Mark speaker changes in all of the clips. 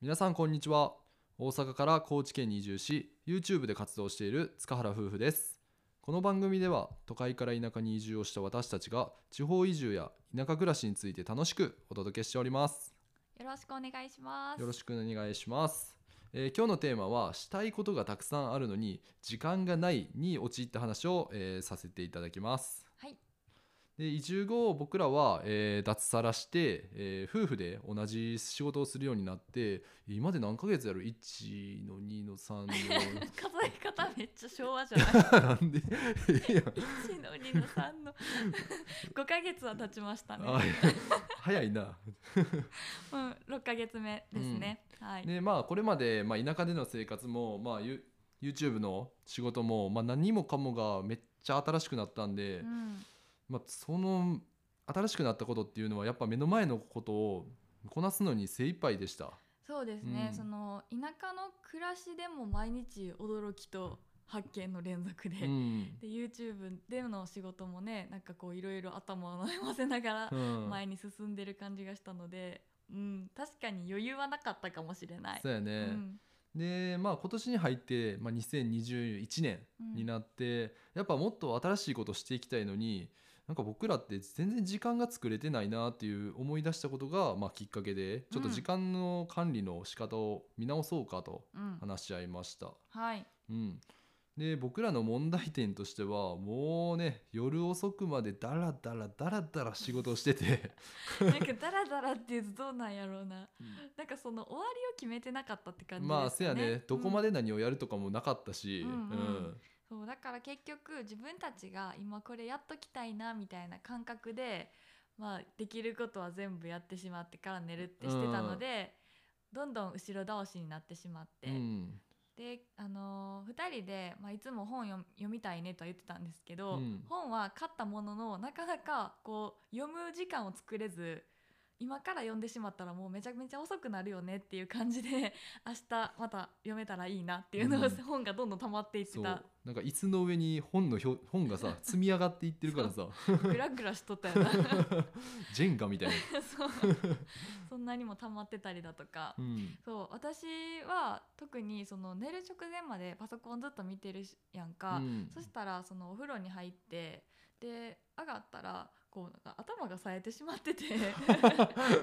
Speaker 1: 皆さんこんにちは大阪から高知県に移住し YouTube で活動している塚原夫婦ですこの番組では都会から田舎に移住をした私たちが地方移住や田舎暮らしについて楽しくお届けしております
Speaker 2: よろしくお願いします。
Speaker 1: よろしくお願いします、えー今日のテーマはしたいことがたくさんあるのに時間がないに陥った話を、えーさせていただきます
Speaker 2: はい。
Speaker 1: で移住後僕らは、えー脱サラして、えー夫婦で同じ仕事をするようになって今で何ヶ月やる1の2の3の
Speaker 2: 数え方めっちゃ昭和じゃない。
Speaker 1: なん でいや
Speaker 2: 一の二の三 の五ヶ月は経ちましたね。
Speaker 1: あいや早いな。
Speaker 2: うん、六ヶ月目ですね。はい。
Speaker 1: でまあこれまで、まあ、田舎での生活も、まあ、ユ YouTube の仕事も、まあ、何もかもがめっちゃ新しくなったんで、
Speaker 2: うん。
Speaker 1: まあ、その新しくなったことっていうのはやっぱ目の前のことをこなすのに精一杯で した。
Speaker 2: そうですね。
Speaker 1: うん
Speaker 2: その田舎の暮らしでも毎日驚きと発見の連続で。
Speaker 1: うん
Speaker 2: で YouTube での仕事もねなんかこういろいろ頭を悩ませながら
Speaker 1: うん、
Speaker 2: 前に進んでる感じがしたので、うん、確かに余裕はなかったかもしれない
Speaker 1: そ。うやね、
Speaker 2: うん
Speaker 1: でまあ今年に入って、まあ、2021年
Speaker 2: うん
Speaker 1: になって、やっぱもっと新しいことしていきたいのになんか僕らって全然時間が作れてないなっていう思い出したことが、まあ、きっかけでちょっと
Speaker 2: うん
Speaker 1: 時間の管理の仕方を見直そうかと
Speaker 2: うん、
Speaker 1: 話し合いました。
Speaker 2: はい。
Speaker 1: うんで僕らの問題点としてはもうね夜遅くまでダラダラダラダラ仕事をしてて、
Speaker 2: なんかダラダラっていうとどうなんやろうな。なんかその終わりを決めてなかったって感じですかね。
Speaker 1: まあせやねどこまで何をやるとかもなかったし、
Speaker 2: うんうんうん、そうだから結局自分たちが今これやっときたいなみたいな感覚で、まあできることは全部やってしまってから寝るってしてたので、どんどん後ろ倒しになってしまって、
Speaker 1: うん
Speaker 2: であのー、2人で、まあ、いつも本読読みたいねとは言ってたんですけど、
Speaker 1: うん
Speaker 2: 本は買ったもののなかなかこう読む時間を作れず今から読んでしまったらもうめちゃめちゃ遅くなるよねっていう感じで 明日また読めたらいいなっていうのを、
Speaker 1: うん
Speaker 2: 本がどんどん溜まっていって
Speaker 1: そう
Speaker 2: た
Speaker 1: なんか椅子の上に本のひょ本が さ積み上がっていってるからさ
Speaker 2: グラグラしとったよ な
Speaker 1: ジェンガみ たいな、
Speaker 2: そうそんなにも溜まってたりだとか。
Speaker 1: うん
Speaker 2: そう私は特にその寝る直前までパソコンずっと見てるしやんか、
Speaker 1: うん
Speaker 2: そしたらそのお風呂に入ってで上がったらこうなんか頭が冴えてしまっ てて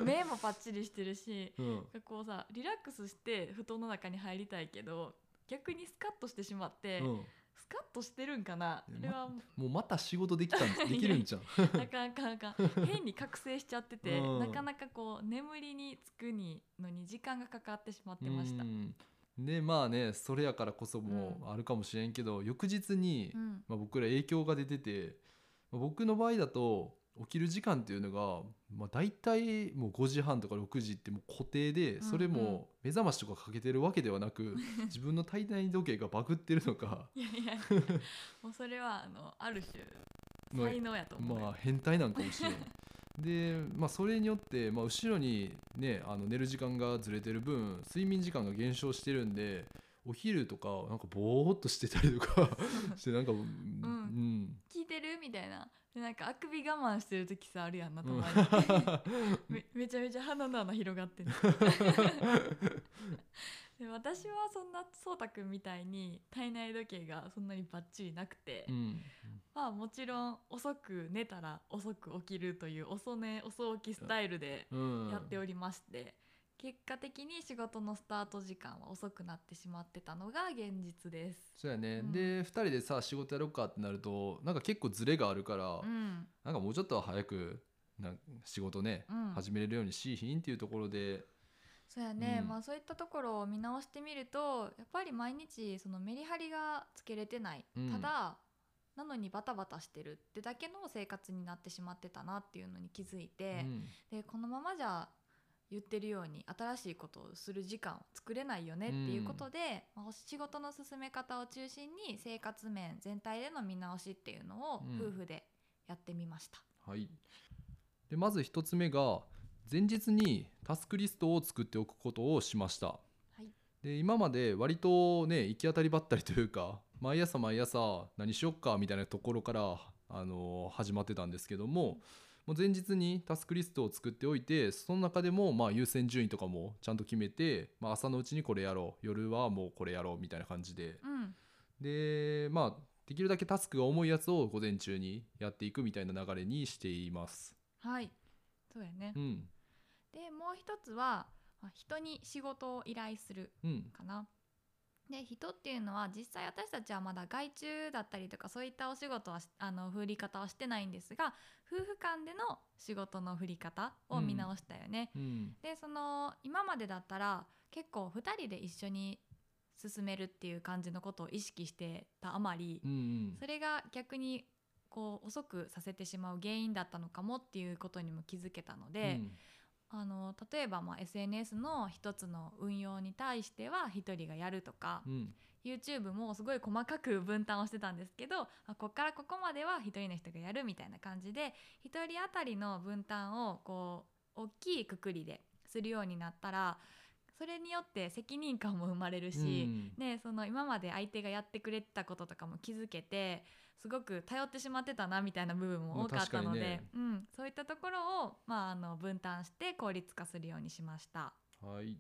Speaker 2: 目もパッチリしてるし
Speaker 1: うん
Speaker 2: なんかこうさリラックスして布団の中に入りたいけど逆にスカッとしてしまって、
Speaker 1: うん、
Speaker 2: スカッとしてるんかな
Speaker 1: え
Speaker 2: あれは
Speaker 1: もうまた仕事できた んできるんじゃん
Speaker 2: なかなかなか変に覚醒しちゃってて、
Speaker 1: うん
Speaker 2: なかなかこう眠りにつくにのに時間がかかってしまってました。
Speaker 1: うんでまあねそれやからこそも
Speaker 2: う
Speaker 1: あるかもしれんけど、翌日に、
Speaker 2: うん
Speaker 1: まあ、僕ら影響が出てて、まあ僕の場合だと起きる時間っていうのが、まあ、大体もう5時半とか6時ってもう固定で
Speaker 2: ん
Speaker 1: それも目覚ましとかかけてるわけではな く自分の体内時計がバグってるのか
Speaker 2: いやいやもうそれはあのある種
Speaker 1: まあ
Speaker 2: 才能やと思う、
Speaker 1: まあ変態なんかもしれんで、まあ、それによって、まあ、後ろに、ね、あの寝る時間がずれてる分睡眠時間が減少してるんでお昼とかなんかぼーっとしてたりとか してなんかうん、うん
Speaker 2: 聞いてるみたいなでなんかあくび我慢してる時さあるやんなたまに、 めめちゃめちゃ鼻の穴広がってる で私はそんなそうたくんみたいに体内時計がそんなにバッチリなくて、
Speaker 1: うん
Speaker 2: まあもちろん遅く寝たら遅く起きるという遅寝遅起きスタイルで
Speaker 1: うん
Speaker 2: やっておりまして、結果的に仕事のスタート時間は遅くなってしまってたのが現実です。
Speaker 1: そうやね、
Speaker 2: うん
Speaker 1: で2人でさ仕事やろうかってなるとなんか結構ズレがあるから、
Speaker 2: うん
Speaker 1: なんかもうちょっと早くなん仕事ね、
Speaker 2: うん、
Speaker 1: 始めれるようにしいひんっていうところで
Speaker 2: そうやね、
Speaker 1: うん
Speaker 2: まあそういったところを見直してみるとやっぱり毎日そのメリハリがつけれてない、
Speaker 1: うん
Speaker 2: ただなのにバタバタしてるってだけの生活になってしまってたなっていうのに気づいて、でこのままじゃ言ってるように新しいことをする時間を作れないよねっていうことで、まあ、お仕事の進め方を中心に生活面全体での見直しっていうのを
Speaker 1: うん
Speaker 2: 夫婦でやってみました。
Speaker 1: うんはい、でまず1つ目が前日にタスクリストを作っておくことをしました、
Speaker 2: い
Speaker 1: で今まで割とね行き当たりばったりというか毎朝毎朝何しよっかみたいなところから、あのー始まってたんですけども、もう前日にタスクリストを作っておいてその中でもまあ優先順位とかもちゃんと決めて、まあ、朝のうちにこれやろう夜はもうこれやろうみたいな感じで
Speaker 2: うん
Speaker 1: でまあできるだけタスクが重いやつを午前中にやっていくみたいな流れにしています。
Speaker 2: はいそうやね、
Speaker 1: うん、
Speaker 2: でもう一つはまあ人に仕事を依頼する
Speaker 1: うん、
Speaker 2: かな。で人っていうのは実際私たちはまだ外注だったりとかそういったお仕事はしあの振り方はしてないんですが夫婦間での仕事の振り方を見直したよね。
Speaker 1: うん、
Speaker 2: でその今までだったら結構2人で一緒に進めるっていう感じのことを意識してたあまり、
Speaker 1: うん、うん
Speaker 2: それが逆にこう遅くさせてしまう原因だったのかもっていうことにも気づけたので。あの例えばまあ SNS の一つの運用に対しては一人がやるとか
Speaker 1: う、ん、
Speaker 2: YouTube もすごい細かく分担をしてたんですけどあこっからここまでは一人の人がやるみたいな感じで一人当たりの分担をこう大きいくくりでするようになったらそれによって責任感も生まれる
Speaker 1: う
Speaker 2: し、
Speaker 1: ん
Speaker 2: ね、その今まで相手がやってくれてたこととかも気づけてすごく頼ってしまってたなみたいな部分も多かったので、
Speaker 1: まあ確かにね
Speaker 2: うん、そういったところを、まあ、あの分担して効率化するようにしました。
Speaker 1: はい。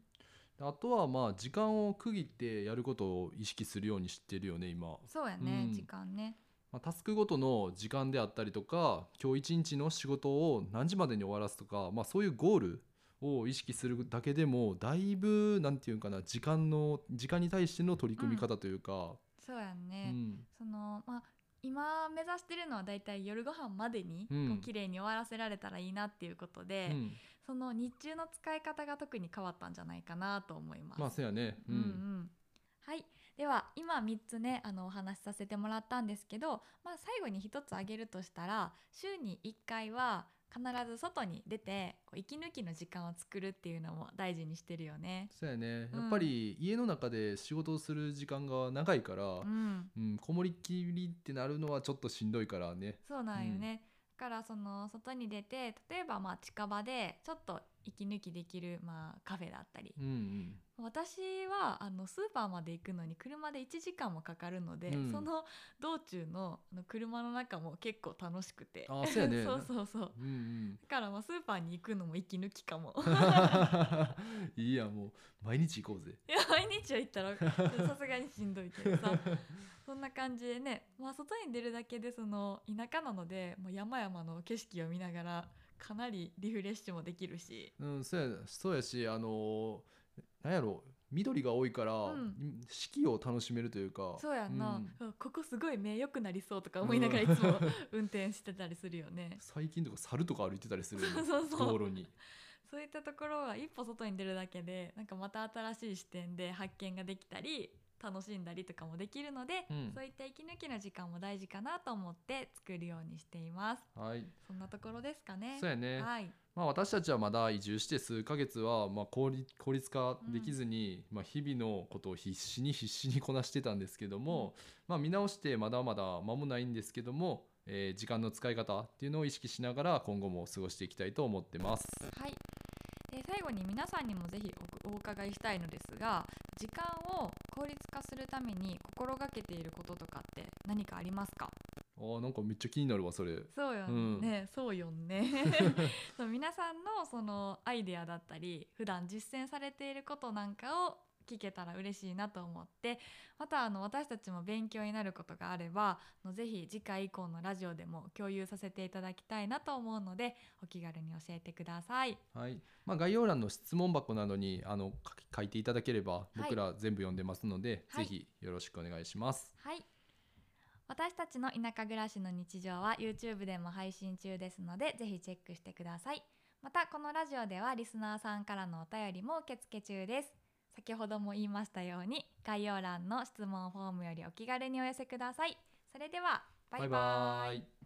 Speaker 1: あとはまあ時間を区切ってやることを意識するようにしてるよね今、
Speaker 2: そうやね、
Speaker 1: うん
Speaker 2: 時間ね
Speaker 1: まあ、タスクごとの時間であったりとか今日一日の仕事を何時までに終わらすとか、まあ、そういうゴールを意識するだけでもだいぶなんていうかな時間の時間に対しての取り組み方というか、
Speaker 2: そうや
Speaker 1: う
Speaker 2: ね、
Speaker 1: ん
Speaker 2: そのまあ今目指してるのはだいたい夜ご飯までに、
Speaker 1: うん
Speaker 2: こう綺麗に終わらせられたらいいなっていうこと
Speaker 1: う
Speaker 2: で、
Speaker 1: ん
Speaker 2: その日中の使い方が特に変わったんじゃないかなと思います。
Speaker 1: まあそうやね、う
Speaker 2: うんうんんはいでは今3つねあのお話しさせてもらったんですけど、まあ、最後に1つ挙げるとしたら週に1回は必ず外に出てこう息抜きの時間を作るっていうのも大事にしてるよね。
Speaker 1: そうやね
Speaker 2: う
Speaker 1: や
Speaker 2: ん
Speaker 1: っぱり家の中で仕事をする時間が長いから、
Speaker 2: うん、
Speaker 1: うん、こもりっきりってなるのはちょっとしんどいからね。
Speaker 2: そうなんよね、だからその外に出て例えばまあ近場でちょっと息抜きできる、まあ、カフェだったり
Speaker 1: うんうん
Speaker 2: 私はあのスーパーまで行くのに車で1時間もかかるので、
Speaker 1: うん
Speaker 2: その道中のあの車の中も結構楽しくて
Speaker 1: あそうやね
Speaker 2: そうそうそう
Speaker 1: うんうん
Speaker 2: だからまあスーパーに行くのも息抜きかも
Speaker 1: いいやもう毎日行こうぜ。
Speaker 2: いや毎日は 行ったらさすがにしんどいけどさそんな感じでね、まあ、外に出るだけでその田舎なのでもう山々の景色を見ながらかなりリフレッシュもできるし
Speaker 1: うん、そうやそうやしあのー、なんやろ緑が多いから、
Speaker 2: ん
Speaker 1: 四季を楽しめるというか
Speaker 2: そうやんな、
Speaker 1: ん
Speaker 2: うんここすごい目良くなりそうとか思いながらいつも運転してたりするよね。
Speaker 1: 最近とか猿とか歩いてたりするよね
Speaker 2: そうそう
Speaker 1: 道路に
Speaker 2: そういったところは一歩外に出るだけでなんかまた新しい視点で発見ができたり楽しんだりとかもできるので、
Speaker 1: うん
Speaker 2: そういった息抜きの時間も大事かなと思って作るようにしています
Speaker 1: はい
Speaker 2: そんなところですかね
Speaker 1: そうやね、
Speaker 2: はい
Speaker 1: まあ、私たちはまだ移住して数ヶ月は、まあ、効率効率化できずに、まあ、日々のことを必死に必死にこなしてたんですけども、まあ、見直してまだまだ間もないんですけども、えー時間の使い方っていうのを意識しながら今後も過ごしていきたいと思ってます。
Speaker 2: はいで最後に皆さんにもぜひおお伺いしたいのですが時間を効率化するために心がけていることとかって何かありますか
Speaker 1: あーなんかめっちゃ気になるわそれ。
Speaker 2: そうよ
Speaker 1: うん
Speaker 2: ね、そうよねそう皆さんのそのアイデアだったり普段実践されていることなんかを聞けたら嬉しいなと思ってまたあの私たちも勉強になることがあればあのぜひ次回以降のラジオでも共有させていただきたいなと思うのでお気軽に教えてください。
Speaker 1: はいまあ、概要欄の質問箱などにあの書き書いていただければ
Speaker 2: い
Speaker 1: 僕ら全部読んでますので、
Speaker 2: はい
Speaker 1: ぜひよろしくお願いします。
Speaker 2: はい私たちの田舎暮らしの日常は YouTube でも配信中ですのでぜひチェックしてくださいまたこのラジオではリスナーさんからのお便りも受付中です先ほども言いましたように概要欄の質問フォームよりお気軽にお寄せくださいそれではバイバイ
Speaker 1: イ